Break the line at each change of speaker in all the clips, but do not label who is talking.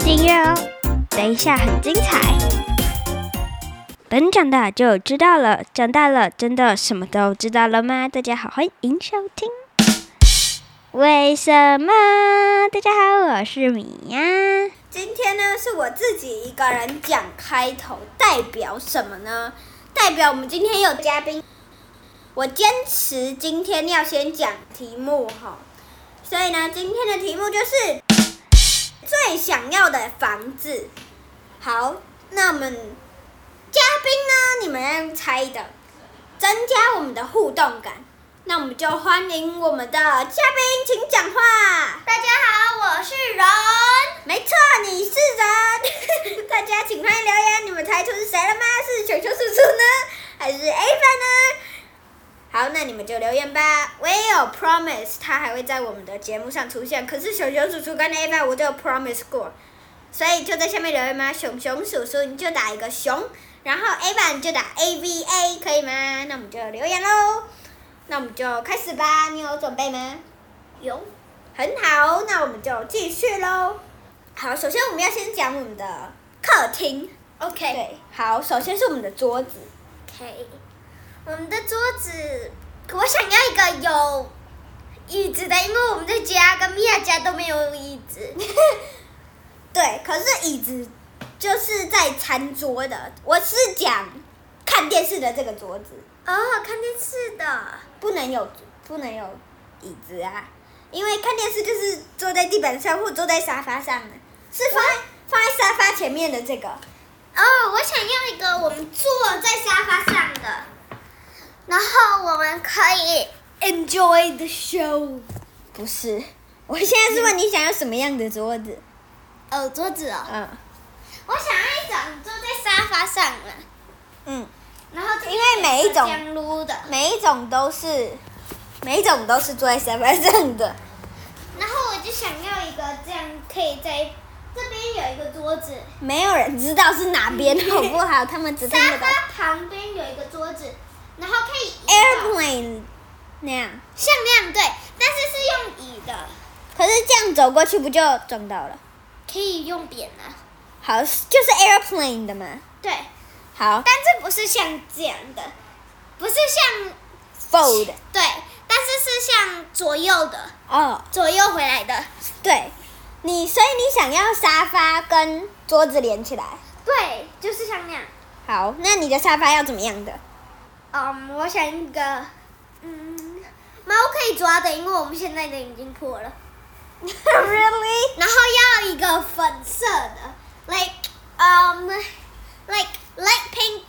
经验哦。等一下很精彩。等长大就知道了，长大了真的什么都知道了吗？大家好，欢迎收听。为什么？大家好，我是米呀、
今天呢是我自己一个人讲开头，代表什么呢？代表我们今天有嘉宾。我坚持今天要先讲题目哈，所以呢，今天的题目就是最想要的房子。好，那我们嘉宾呢，你们要用猜的，增加我们的互动感。那我们就欢迎我们的嘉宾，请讲话。大家好，我是人。没错，你是人。 大家请欢迎留言，你们猜出是谁了吗？是球球叔叔呢，还是 A 范呢？好，那你们就留言吧。我也有 promise，他还会在我们的节目上出现。可是熊熊叔叔跟 A 范我都有 promise 过，所以就在下面留言吗？熊熊叔叔你就打一个熊，然后 A 范你就打 A V A，可以吗？那我们就留言喽。那我们就开始吧，你有准备吗？有。很好，那我们就继续喽。好，首先我们要先讲我们的客厅。OK。对，好，首先是我们的桌子。
OK，我们的桌子，我想要一个有椅子的，因为我们的家跟米娅家都没有椅子。
对，可是椅子就是在餐桌的，我是讲看电视的这个桌子，
哦，看电视的，
不能有不能有椅子啊，因为看电视就是坐在地板上或坐在沙发上的，是放在放在沙发前面的这个。
哦，我想要一个我们坐在沙发上的，然后我们可以 enjoy the show。
不是，我现在是问你想要什么样的桌子？
哦，桌子哦，
嗯
我想要一种坐在沙发上的，
嗯，
然后
因为每一种
香撸的，
每一种都是，每一种都是坐在沙发上的。
然后我就想要一个这样可以在这边有一个桌子，
没有人知道是哪 边，好不好？他们只听
沙
得到
发旁边有一个桌子，然后可以移动
airplane 那样，
像那样对，但是是用椅的，
可是这样走过去不就撞到了？
可以用扁的、
好，就是 airplane 的嘛。
对，
好
但是不是像这样的，不是像
，fold
对，但是是像左右的，
哦，
左右回来的，
对，你所以你想要沙发跟桌子连起来。
对，就是像那样。
好，那你的沙发要怎么样的？
嗯，我想一个，嗯，猫可以抓的，因为我们现在的已经破了。
really？
然后要一个粉色的，like um like light pink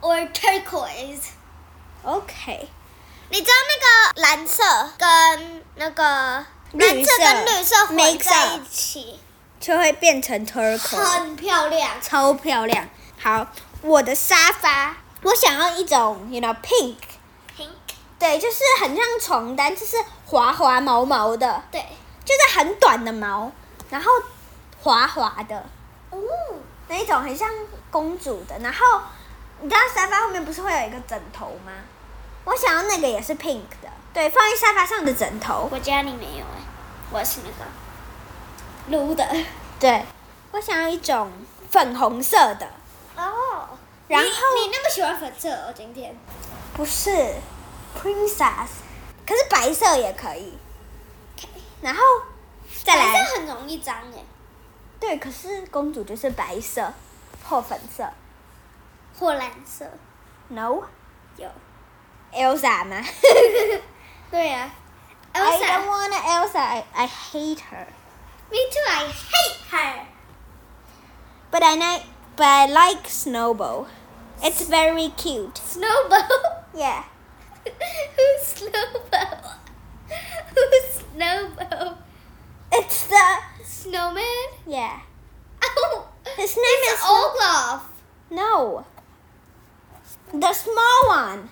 or turquoise。
OK，
你知道那个蓝色跟那个蓝
绿色
色跟绿色混
mix
在
up
一起，
就会变成 turquoise，
很漂亮。
超漂亮。好，我的沙发，我想要一种，you know pink，
pink
对，就是很像床单，就是滑滑毛毛的，
对，
就是很短的毛，然后滑滑的
哦，
那一种，很像公主的。然后你知道沙发后面不是会有一个枕头吗？我想要那个也是 pink 的，对，放在沙发上的枕头。
我家里没有哎、我是那个撸的。
对，我想要一种粉红色的，
哦，
然后
你那么喜欢粉色哦，今天
不是 princess，可是白色也可以。然后再来，
白色很容易脏哎、
对，可是公主就是白色或粉色
或蓝色
，no，Elsa
有。
吗
对呀、啊
I don't
，Elsa。
want Elsa. I, I hate her,
Me too. I hate her.
but I like but I like Snowball. It's very cute.
Snowball.
Yeah.
Who's Snowball? Who's Snowball?
It's the
Snowman?
yeah.
Oh,
His name
it's
is
Olaf.
no. The small one.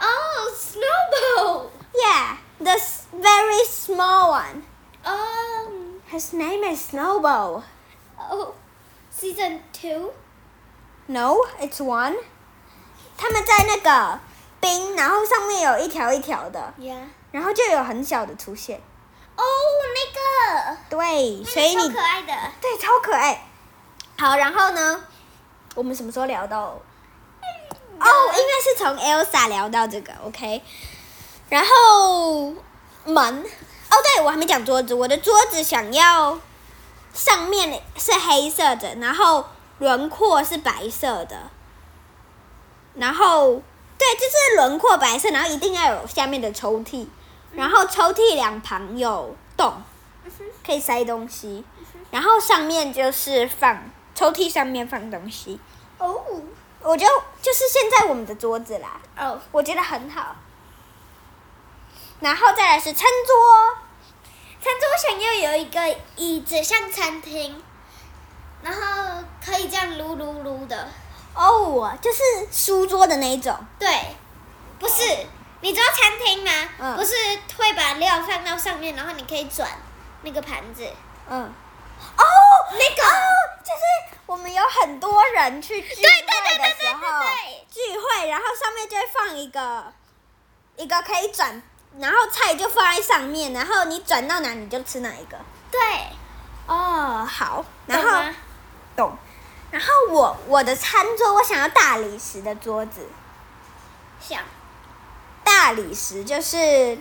Oh, Snowball.
Yeah, the s- very small one.
Um,
His name is Snowball.
oh, season two.
No, it's one. 他们在那个冰，然后上面有一条一条的，
Yeah.
然后就有很小的出现。
哦，那个，
对，所以
那个
你
超可爱的。
对超可爱。好，然后呢，我们什么时候聊到？哦，应该是从 Elsa 聊到这个，OK。然后门，哦，对我还没讲桌子，我的桌子想要上面是黑色的，然后轮廓是白色的，然后对，就是轮廓白色，然后一定要有下面的抽屉，然后抽屉两旁有洞，可以塞东西，
嗯
然后上面就是放抽屉上面放东西。
哦
我就就是现在我们的桌子啦，
哦，
我觉得很好。然后再来是餐桌，
餐桌我想要有一个椅子，像餐厅，然后可以这样撸撸撸的。
哦，就是书桌的那一种，
对，不是，你知道餐厅吗？
哦嗯
不是会把料放到上面，然后你可以转那个盘子。
嗯，哦，那个、就是我们有很多人去聚会的
对对对对
时候
对对
聚会，然后上面就会放一个一个可以转，然后菜就放在上面，然后你转到哪你就吃哪一个。
对，
哦，好，然
懂
后
吗？
懂。然后我我的餐桌，我想要大理石的桌子。
想，
大理石就是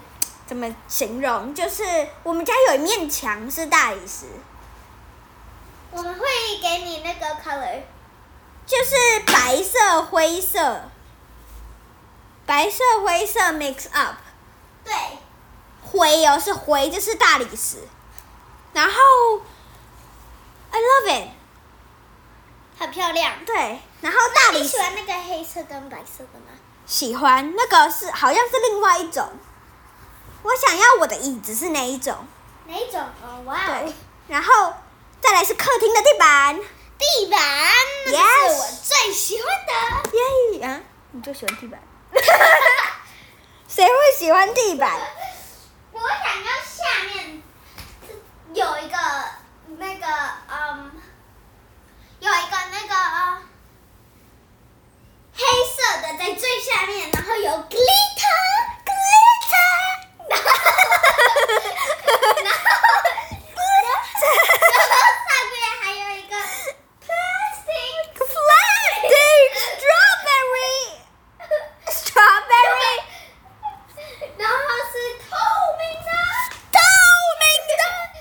怎么形容？就是我们家有一面墙是大理石，
我们会给你那个 color。
就是白色、灰色，白色、灰色 mix up，
对，
灰哦是灰，就是大理石。然后，I love it，
很漂亮。
对。然后大
你
理石
喜欢那个黑色跟白色的吗？
喜欢那个是好像是另外一种，我想要我的椅子是哪一种？
哪一种？哦，哇哦
对，，然后再来是客厅的地板。
地板，那个是我最喜欢的。
耶啊！你就喜欢地板？ 谁会喜欢地板？
我想要下面有一个那个嗯，有一个那个、呃黑色的在最下面，然后 有 glitter glitter，然后然后然后上面还有一个 plastic
Plastic strawberry strawberry
然后是透明的。
透明的。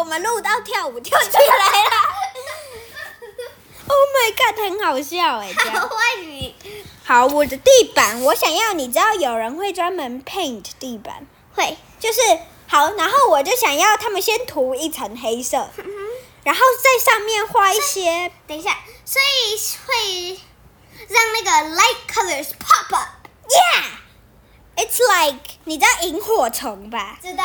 我们录到跳舞跳起来啦 ！Oh my god，很好笑哎、这样
好换你。
好，我的地板，我想要，你知道有人会专门 paint 地板，
会，
就是好，然后我就想要他们先涂一层黑色，然后在上面画一些
等一下，所以会让那个 light colors pop up。
Yeah，it's like 你知道萤火虫吧？
知道。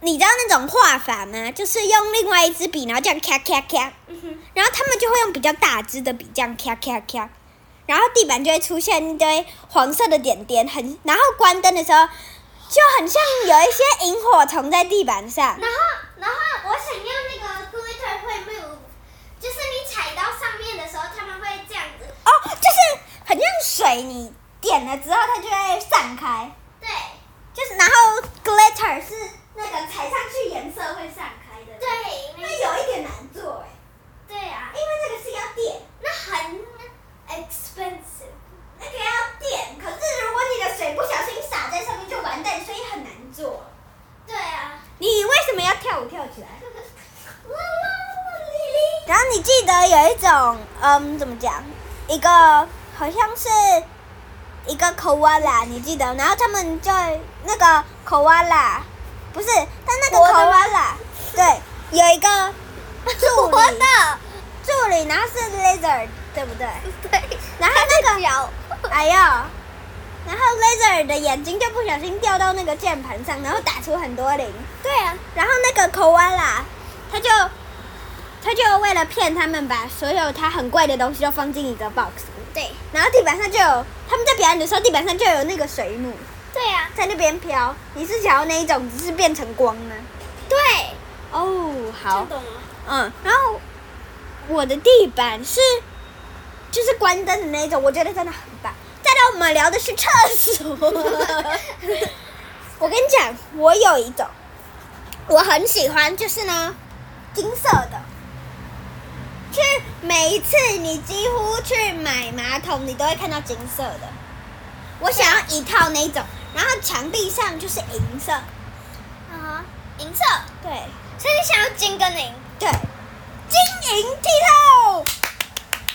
你知道那种画法吗？就是用另外一支笔，然后这样咔咔咔，
嗯哼，
然后他们就会用比较大支的笔这样咔咔咔，然后地板就会出现一堆黄色的点点，很，然后关灯的时候就很像有一些萤火虫在地板上。
然后，然后我想要那个 glitter 会 move，就是你踩到上面的时候，他们会这样子。
哦，就是很像水，你点了之后它就会散开，
对，
就是然后 glitter 是
那个踩上去颜色会散开的。对，那有一点难做哎。对啊，因为这个是要电，那很 expensive。那个要电，可是如果你的水不小心洒在上面就完蛋，所以很难做。对啊。
你为什么要跳舞跳起来？
啦啦哩哩。
然后你记得有一种，嗯，怎么讲？一个好像是一个 koala，你记得？然后他们就那个 koala，不是，但那个
活的吗
koala，对，有一个助
活
理，助理，然后是 lizard，对不对？
对。
然后那个哎呀，然后 lizard 的眼睛就不小心掉到那个键盘上，然后打出很多零。
对啊，
然后那个 koala，他就他就为了骗他们，把所有他很贵的东西都放进一个 box，里
对，
然后地板上就有他们在表演的时候，地板上就有那个水母
对啊，
在那边飘。你是想要那一种，只是变成光吗？
对。
哦，好
听，懂了。
嗯，然后我的地板是就是关灯的那一种，我觉得真的很棒。再来，我们聊的是厕所。我跟你讲，我有一种，我很喜欢，就是呢，金色的。去每一次你几乎去买马桶，你都会看到金色的。我想要一套那种，然后墙壁上就是银色。
嗯哼，银色，
对
所以你想要金跟银，
对，金银剔透。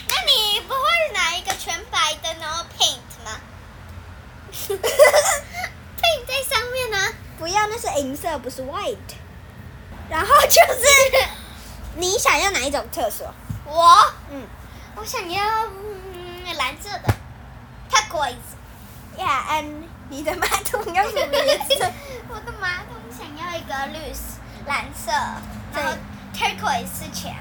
那你不会拿一个全白的然后 paint 吗 ？paint 在上面呢、
不要，那是银色，不是 white。然后就是，你想要哪一种厕 所？
我，
嗯
我想要嗯蓝色的，turquoise。
，Yeah，嗯，你的马桶要什么颜 色？
我的马桶想要一个绿色、蓝色，
对
然后 turquoise 是墙。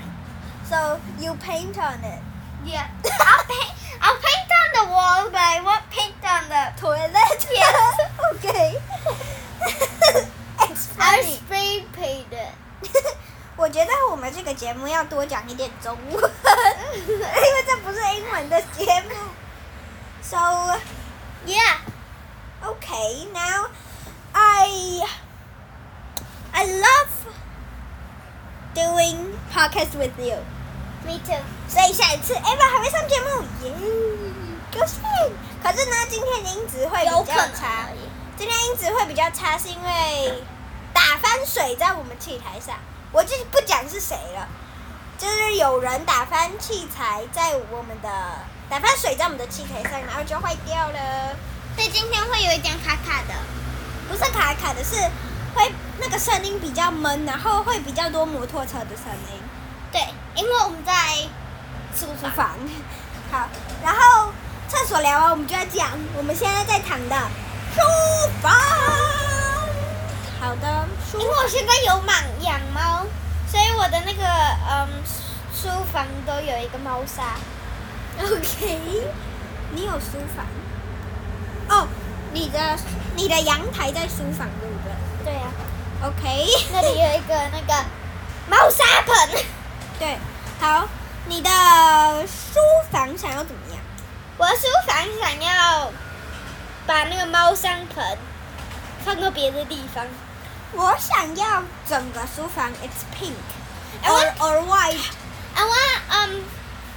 So you paint on it.
Yeah, I'll paint. I'll paint on the wall, but I won't paint on the.
Toilet.
Yes.
okay. It's
I'll
funny.
spray paint it.
我觉得我们这个节目要多讲一点中 文，因为这不是英文的节目。So
Yeah.
okay, now I I love doing podcast with you.
Me too.
所以下一次 Eva 还会上节目，耶、高兴。可是呢，今天的音质会比较差，
而已。
今天音质会比较差是因为打翻水在我们器材上，我就不讲是谁了，就是有人打翻器材在我们的打翻水在我们的器材上，然后就坏掉了，
对，今天会有一点卡卡的。
不是卡卡的是会那个声音比较闷，然后会比较多摩托车的声音。
对，因为我们在厨
厨
房。
房。好，然后厕所聊完，我们就要讲我们现在在躺的书房。好的，书
因为我现在有养养猫，所以我的那个嗯书房都有一个猫砂。
OK。你有书房？哦，你的你的阳台在书房对不对啊
对呀、
？OK。
那里有一个那个猫砂盆。
对，好，你的书房想要怎么样？
我的书房想要把那个猫砂盆放到别的地方。
我想要整个书房，it's pink
I
or
want-
or white。
I want um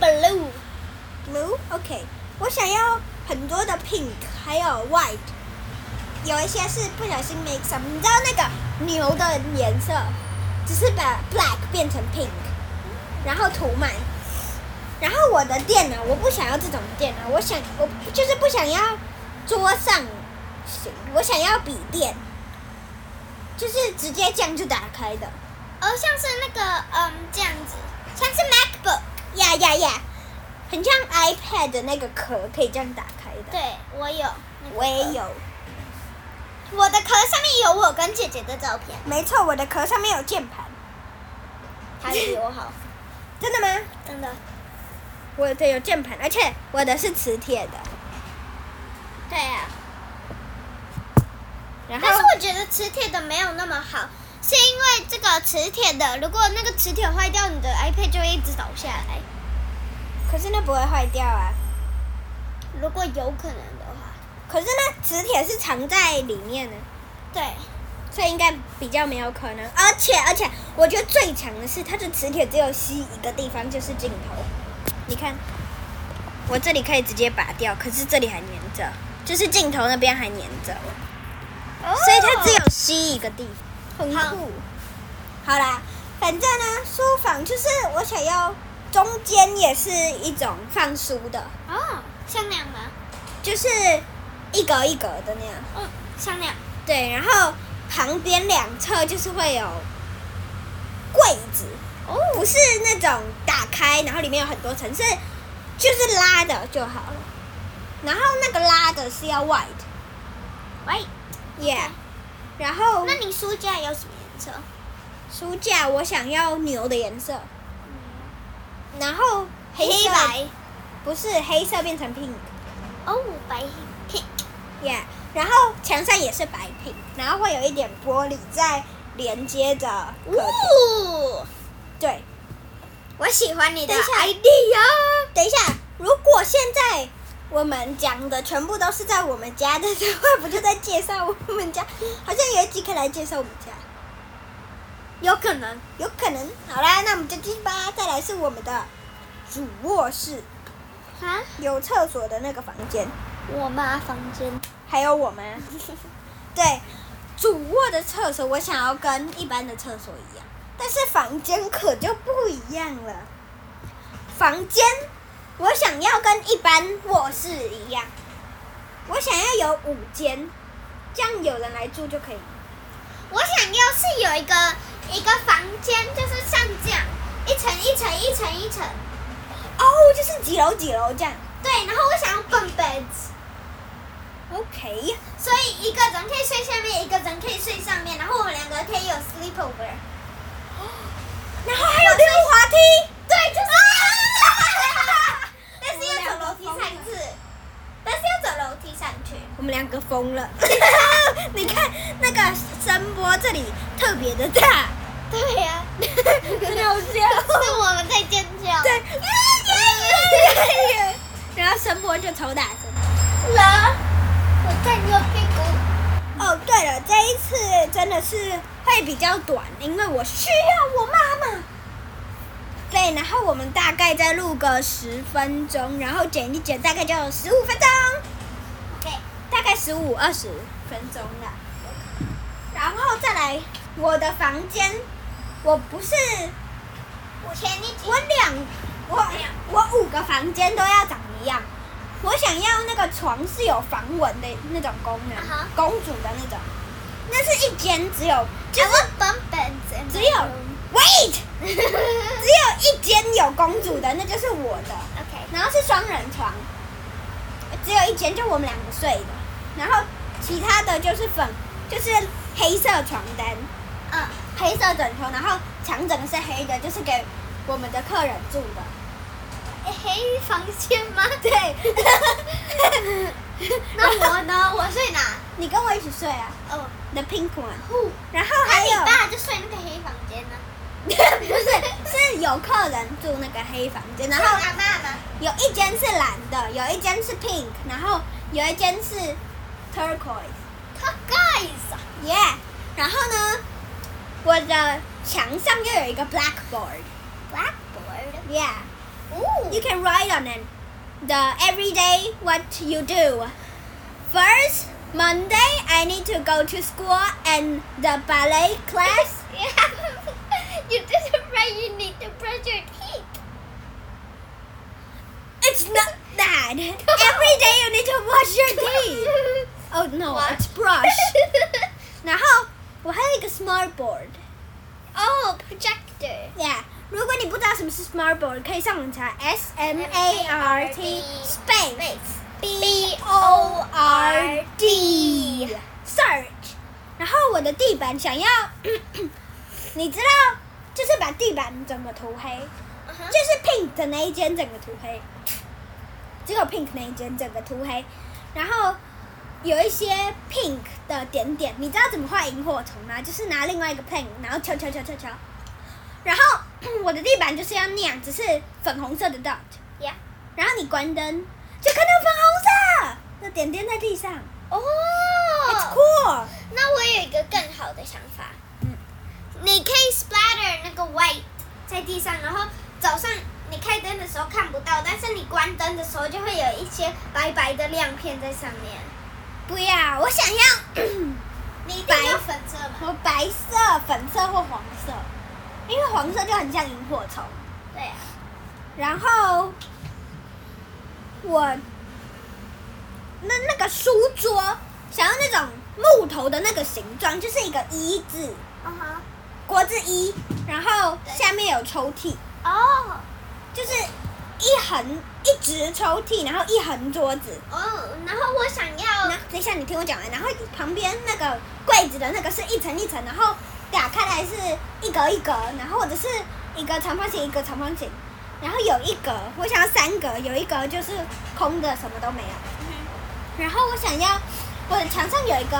blue.
blue OK，我想要很多的 pink，还有 white，有一些是不小心 mix up。你知道那个牛的颜色，只是把 black 变成 pink，然后涂满。然后我的电脑，我不想要这种电脑，我想我就是不想要桌上型，我想要笔电，就是直接这样就打开的。
哦，像是那个嗯这样子，像是 MacBook。
呀呀呀，很像 iPad 的那个壳，可以这样打开的。
对，我有。
我也。有。
我的壳上面有我跟姐姐的照片，
没错，我的壳上面有键盘。
她比我好，
真的吗？
真的。
我的有键盘，而且我的是磁铁的。
对呀、
然后
但是我觉得磁铁的没有那么好，是因为这个磁铁的，如果那个磁铁坏掉，你的 iPad 就会一直倒下来。
可是那不会坏掉啊。
如果有可能的话，
可是那磁铁是藏在里面的，
对。
所以应该比较没有可能。而且而且，我觉得最强的是它的磁铁只有吸一个地方，就是镜头。你看，我这里可以直接拔掉，可是这里还粘着，就是镜头那边还粘着。所以它只有吸一个地方，很
好
酷。好啦，反正呢，书房就是我想要中间也是一种放书的，
哦，像那样吗？
就是一格一格的那样。
嗯，像那样。
对，然后旁边两侧就是会有柜子，
哦
不是那种打开然后里面有很多层，是就是拉的就好了。然后那个拉的是要 white，yeah，
喂，
然后
那你书架有什么颜色？
书架我想要牛的颜色，然后黑色
白。
不是黑色变成 pink，yeah，
哦，白 pink。
然后墙上也是白 pink，然后会有一点玻璃在连接着客厅。
哦，
对，
我喜欢你的
等一下
idea。
等一下，如果现在我们讲的全部都是在我们家 的话，不就在介绍我们家？好像有一集可以来介绍我们家。有可能，有可能。好啦，那我们就继续吧。再来是我们的主卧室，
啊，
有厕所的那个房间，
我妈房间。
还有我们 对主卧的厕所，我想要跟一般的厕所一样，但是房间可就不一样了。房间，我想要跟一般卧室一样，我想要有五间，这样有人来住就可以。哦
我想要是有一个一个房间，就是像这样一层一层一层一层，
哦，就是几楼几楼这样。
对，然后我想要蹦 bed，
OK，
所以一个人可以睡下面，一个人可以睡上面，然后我们两个可以有 sleepover。
然后还有溜滑梯。
对， 就是。但是要走楼梯上去，但是要走楼梯上去。
我们两个疯了。 你看那个声波这里特别的大，
对呀、
很好
是
笑。
我们在尖叫。
对，然后声波就超大声。
了，我看你的屁股。
哦，对了，这一次真的是会比较短，因为我需要我妈妈。对，然后我们大概再录个十分钟，然后剪一剪，大概就十五分钟。
OK，
大概十五二十分钟啦。然后再来我的房间，我不是
我前一集
我两我我五个房间都要长一样，我想要那个床是有防蚊的那种功能
啊哈
公主的那种。那是一间只有就
I
是
want bump beds in my
只有
room.
wait 只有一间有公主的，那就是我的。
OK，
然后是双人床，只有一间就我们两个睡的，然后其他的就是粉，就是黑色床单，
嗯，
黑色枕头，然后墙整个是黑的，就是给我们的客人住的。
黑房间吗？
对，
那我呢？我睡哪？
你跟我一起睡啊
哦，
，the pink one。
呼。
然后
那
还
你
有
爸就睡那个黑房间呢？
不是是有客人住那个黑房间，然
然
后
后阿妈吗？
有一间是蓝的，有一间是 pink，然后有一间是 turquoise。
他 guys 啊
耶、然后呢，我的墙上又有一个 blackboard。
，blackboard。
Yeah,
哦
you can write on it. The every day what you do. First Monday, I need to go to school and the ballet class.
You have- you did it right. You need to brush your teeth.
It's not that. every day you need to wash your teeth. Oh no, it's brush. 然后我还有一个 smart board.
oh, projector.
Yeah，如果你不知道什么是 smart board，可以上网查 S M A R T space
Space.
B O R D search。然后我的地板想要， 你知道，就是把地板整个涂黑，
Uh-huh.
就是 pink 的那一间整个涂黑，只有 pink 那一间整个涂黑，然后有一些 pink 的点点，你知道怎么画萤火虫吗？就是拿另外一个 pink，然后敲敲敲敲敲，然后 我的地板就是要那样，只是粉红色的 dot，
Yeah.
然后你关灯就看到粉红色的点点在地上，It's
哦，
cool。
那我有一个更好的想法，
嗯
你可以 splatter 那个 white 在地上，然后早上你开灯的时候看不到，但是你关灯的时候就会有一些白白的亮片在上面。
不要，我想要
你一定
白
要粉色吗？
我白色、粉色或黄色，因为黄色就很像萤火虫。
对啊，
然后我那那个书桌想要那种木头的那个形状，就是一个一字，
嗯哼，
国字一，然后下面有抽屉，
哦，
就是一横一直抽屉，然后一横桌子。
哦，然后我想要
那等一下你听我讲完，然后旁边那个柜子的那个是一层一层，然后打开来是一格一格，然后或者是一个长方形一个长方形，然后有一格我想要三格，有一格就是空的，什么都没有。然后我想要我的墙上有一个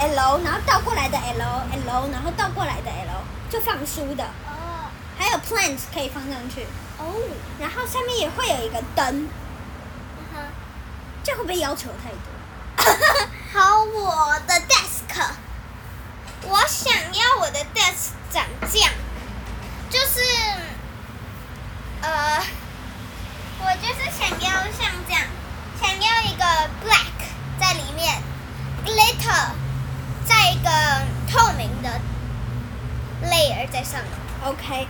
L，然后倒过来的 L L，然后倒过来的 L 就放书的，
哦
还有 plants 可以放上去，
哦，
然后上面也会有一个灯，
嗯哼。
这会不会要求太多？
好，我的 desk，我想要我的 desk 长这样，就是呃，我就是想要像这样，想要一个 black 在里面，glitter 在一个透明的 layer 在上面。
OK，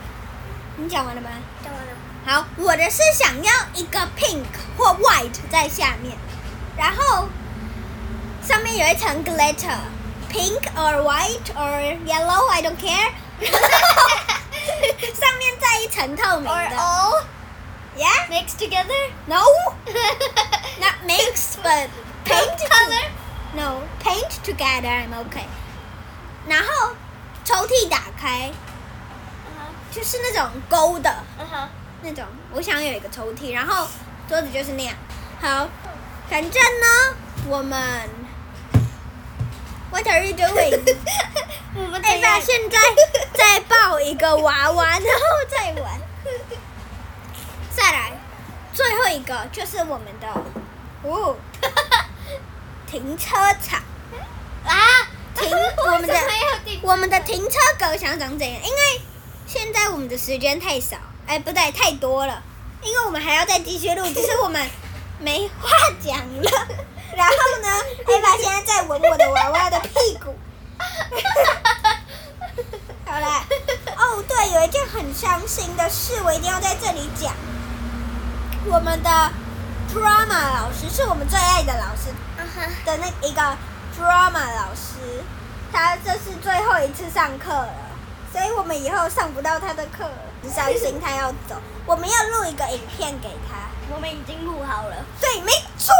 你讲完了吗？
懂了吗？
好，我的是想要一个 pink 或 white 在下面，然后上面有一层 glitter。Pink or white or yellow, I don't care 上面再一层透明
Or
的
all
，Yeah,
mixed together?
no, not mixed, but paint
color?
No, paint together, I'm okay. 然后抽屉打开，就是那种勾的
嗯哼，
那种，我想有一个抽屉，然后桌子就是那样。好，反正呢，我们 What are you doing？
我们
哎，爸，现在再抱一个娃娃，然后再玩。再来，最后一个就是我们的 哦，停车场。
啊，
停
为
我们的
什么要停
我们的停车格想长怎样？因为现在我们的时间太少，哎，不对，太多了，因为我们还要再继续录，只是我们没话讲 了。然后呢，艾爸现在在闻我的娃娃的屁 股。好啦，哦，对，有一件很伤心的事，我一定要在这里讲。我们的 drama 老师是我们最爱的老师，
嗯哼，
的那一个 drama 老师，他这是最后一次上课了，所以我们以后上不到他的课了，很伤心，他要走，我们要录一个影片给他。
我们已经录好了。
对，没错。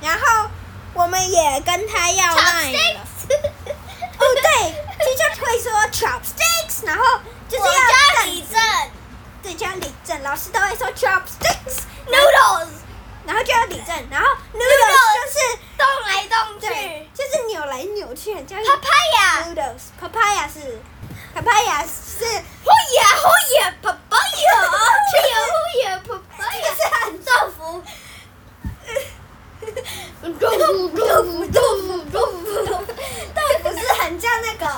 然后我们也跟他要 line 了。哦，对，teacher 会说 chopsticks，然后就是
我
要
家
正
里正
对，就要理正，老师都会说 chopsticks，
noodles
然后就要理正，然后 noodles 就是
动来动
对
去，，
就是扭来扭去，很像
Papaya
noodles。papaya 是 papaya 是
呼呀呼呀，papaya，呼呀呼呀
这个
，papaya，
是很豆 腐，
豆腐豆腐豆腐豆腐，
豆腐是很像那个，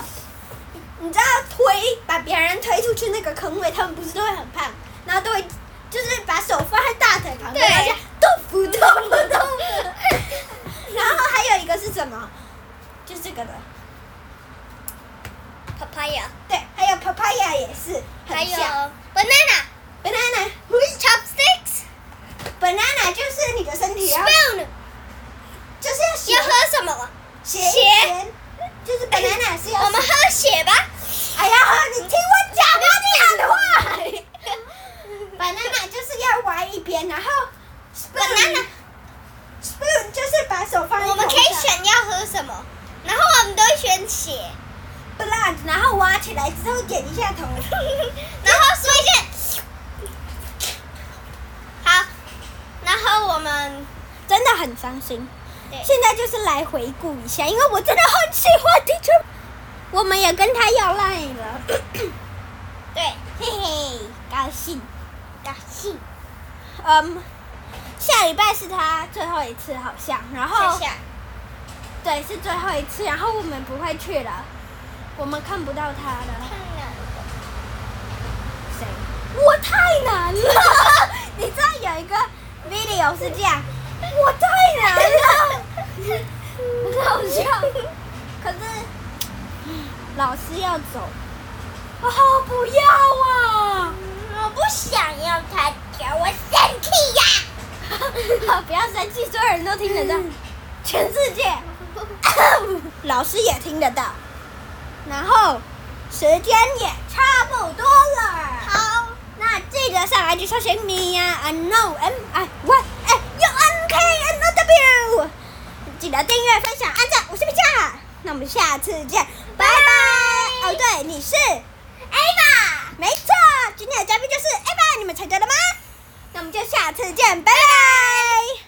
你知道推把别人推出去那个坑位，他们不是都会很胖，然后都会就是把手放在大腿旁边，
对
然后这样豆腐豆腐豆 腐。然后还有一个是什么？就是这个的，
，papaya，
对，还有 papaya 也是
还
很
有
像
banana
banana。
chopsticks
banana 就是你的身体，然后
spoon，
就是要斜
要喝什么？
斜
斜
斜，就是 banana 是要
我们喝血吧。
哎呀，你听我讲啊，你很坏。banana 就是要歪一边，然后
Banana
spoon 就是把手放在
我们可以
头上
选要喝什么，然后我们都会选血，
blood，然后挖起来之后点一下头。
然后说一 些好，然后我们
真的很伤心。
对
现在就是来回顾一下，因为我真的很喜欢 teacher。我们也跟他要赖了，
对
嘿嘿，高兴。
打气，
嗯，下礼拜是他最后一次，好像，然
下
后
下
对是最后一次，然后我们不会去了，我们看不到他了。
看了，
谁？我太难了，你知道有一个 video 是这样，我太难了，很好笑。可是老师要走，我、好不要啊！
我不想要他教我生气 呀。
好，不要生气，所有人都听得到，全世 界。老师也听得到，然后时间也差不多了。好，那记得上 IG 搜寻 me 呀，n o m i y a u n k n o w，记得订阅、分享、按赞，我是米夏，那我们下次见，拜拜。哦，对，你是 Ava，没错，今天的嘉宾就是 Ava，你们猜对了吗？那我们就下次见，拜拜